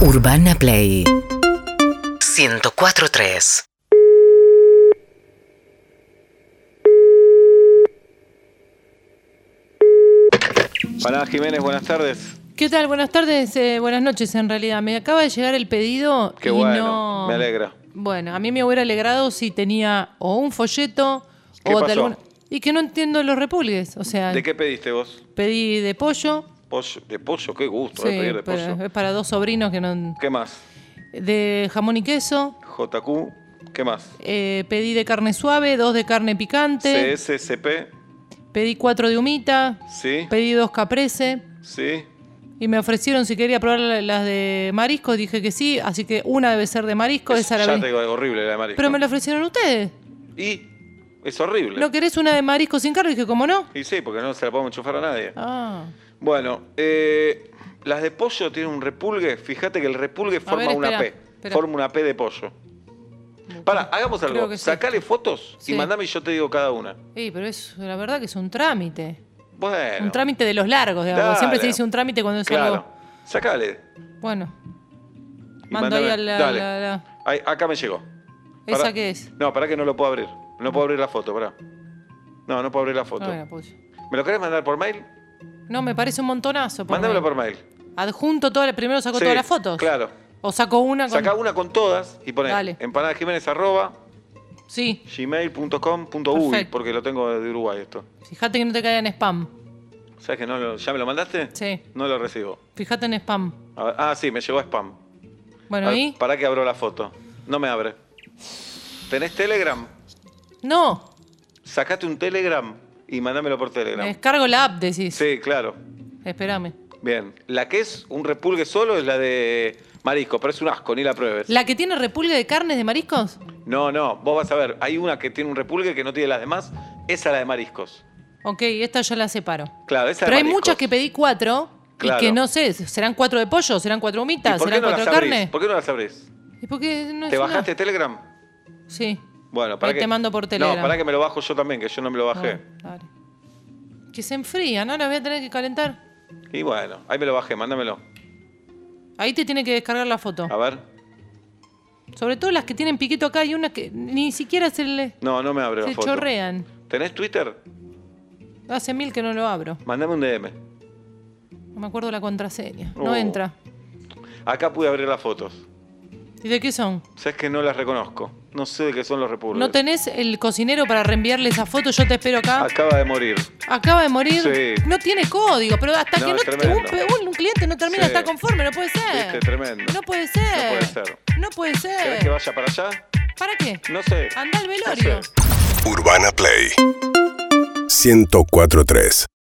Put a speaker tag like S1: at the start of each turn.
S1: Urbana Play 104.3
S2: Hola Jiménez, buenas tardes.
S3: ¿Qué tal? Buenas tardes, eh, buenas noches en realidad. Me acaba de llegar el pedido
S2: Qué
S3: y
S2: bueno,
S3: no...
S2: me alegra.
S3: Bueno, a mí me hubiera alegrado si tenía o un folleto
S2: ¿Qué
S3: o de
S2: pasó?
S3: alguna... Y que no entiendo los repulgues, o sea,
S2: ¿De qué pediste vos?
S3: pedí de pollo,
S2: Pollo, de pollo, qué gusto
S3: sí,
S2: de pedir de
S3: para,
S2: pollo.
S3: es para dos sobrinos que no...
S2: ¿Qué más?
S3: De jamón y queso,
S2: JQ, ¿qué más?
S3: eh, pedí de carne suave, dos de carne picante,
S2: CSCP,
S3: pedí cuatro de humita,
S2: sí,
S3: pedí dos caprese
S2: sí.
S3: y me ofrecieron si quería probar la- las de marisco, dije que sí, así que una debe ser de marisco,
S2: Es-
S3: esa la
S2: ya
S3: ven-
S2: te digo, es horrible la de marisco.
S3: Pero me lo ofrecieron ustedes.
S2: Y es horrible.
S3: ¿No querés una de marisco sin carne? Dije, ¿cómo no?
S2: Y sí, porque no se la podemos enchufar a nadie.
S3: Ah.
S2: Bueno, eh, las de pollo tienen un repulgue. Fíjate que el repulgue forma
S3: ver,
S2: una
S3: espera,
S2: P.
S3: espera.
S2: Forma una P de pollo. Para, hagamos
S3: Creo
S2: algo.
S3: que sí.
S2: Sacale fotos
S3: Sí.
S2: y mandame y yo te digo cada una.
S3: Ey, pero es, la verdad que es un trámite.
S2: Bueno.
S3: Un trámite de los largos, digamos.
S2: Dale.
S3: Siempre se dice un trámite cuando es
S2: Claro.
S3: algo.
S2: Sacale.
S3: Bueno.
S2: Y
S3: Mando ahí
S2: mandame-
S3: a la.
S2: Dale.
S3: la- la-
S2: Ahí, acá me llegó.
S3: ¿Esa
S2: Pará.
S3: qué es?
S2: No, para que no lo puedo abrir. No puedo abrir la foto, pará. No, no puedo abrir la foto.
S3: No, era pollo.
S2: ¿Me lo querés mandar por mail?
S3: No, me parece un montonazo. por
S2: Mándamelo
S3: mail.
S2: por mail.
S3: Adjunto todas, las- primero saco
S2: Sí,
S3: todas las fotos.
S2: claro.
S3: O saco una con.
S2: Sacá una con todas y poné
S3: Dale.
S2: empanadajiménez arroba
S3: Sí.
S2: gmail.com.uy
S3: Perfecto.
S2: porque lo tengo de Uruguay esto.
S3: Fíjate que no te caiga en spam.
S2: ¿Sabes que no lo, ya me lo mandaste?
S3: Sí.
S2: No lo recibo.
S3: Fíjate en spam.
S2: A ver, ah, sí, me llegó a spam.
S3: Bueno, ¿y?
S2: Para que abro la foto. No me abre. ¿Tenés Telegram?
S3: No.
S2: Sacate un Telegram y mandámelo por
S3: Me
S2: Telegram.
S3: descargo la app, decís.
S2: Sí, claro.
S3: Espérame.
S2: Bien, la que es un repulgue solo es la de marisco, pero es un asco, ni la pruebes.
S3: ¿La que tiene repulgue de carnes de mariscos?
S2: No, no, vos vas a ver, hay una que tiene un repulgue que no tiene las demás, esa es la de mariscos.
S3: Ok, esta yo la separo.
S2: Claro, esa de
S3: Pero hay
S2: mariscos.
S3: muchas que pedí cuatro
S2: Claro.
S3: y que no sé, ¿serán cuatro de pollo? ¿Serán cuatro
S2: ¿Y
S3: humitas?
S2: por qué
S3: ¿Serán
S2: no
S3: cuatro
S2: las
S3: de
S2: abrís?
S3: carne?
S2: ¿Por qué no las abrís?
S3: ¿Y por qué no
S2: ¿Te
S3: es una-
S2: bajaste Telegram?
S3: Sí.
S2: Bueno, para
S3: Ahí
S2: que...
S3: te mando por Telegram. Ah.
S2: No, para que me lo bajo yo también, que yo no me lo bajé.
S3: Bueno, dale. Que se enfrían, ahora voy a tener que calentar.
S2: Y bueno, ahí me lo bajé, mándamelo.
S3: Ahí te tiene que descargar la foto.
S2: A ver.
S3: Sobre todo las que tienen piquito acá y unas que ni siquiera se le
S2: No, no me abre
S3: se
S2: la foto.
S3: chorrean.
S2: ¿Tenés Twitter?
S3: Hace mil que no lo abro.
S2: Mandame un DM.
S3: No me acuerdo la contraseña.
S2: Oh.
S3: No entra.
S2: Acá pude abrir las fotos.
S3: ¿Y de qué son?
S2: Sabes que no las reconozco. No sé de qué son los repulgues.
S3: ¿No tenés el cocinero para reenviarle esa foto? Yo te espero acá.
S2: Acaba de morir.
S3: Acaba de morir.
S2: Sí.
S3: No tiene código, pero hasta
S2: No,
S3: que no
S2: es tremendo.
S3: un- un, un cliente no termina
S2: Sí.
S3: de estar conforme, no puede ser.
S2: Viste, tremendo.
S3: Eh, No puede ser. Eh.
S2: No puede ser.
S3: No puede ser.
S2: ¿Querés que vaya para allá?
S3: ¿Para qué?
S2: No sé.
S3: Ah, Andá al
S2: No
S3: velorio.
S2: sé.
S4: Urbana Play 1043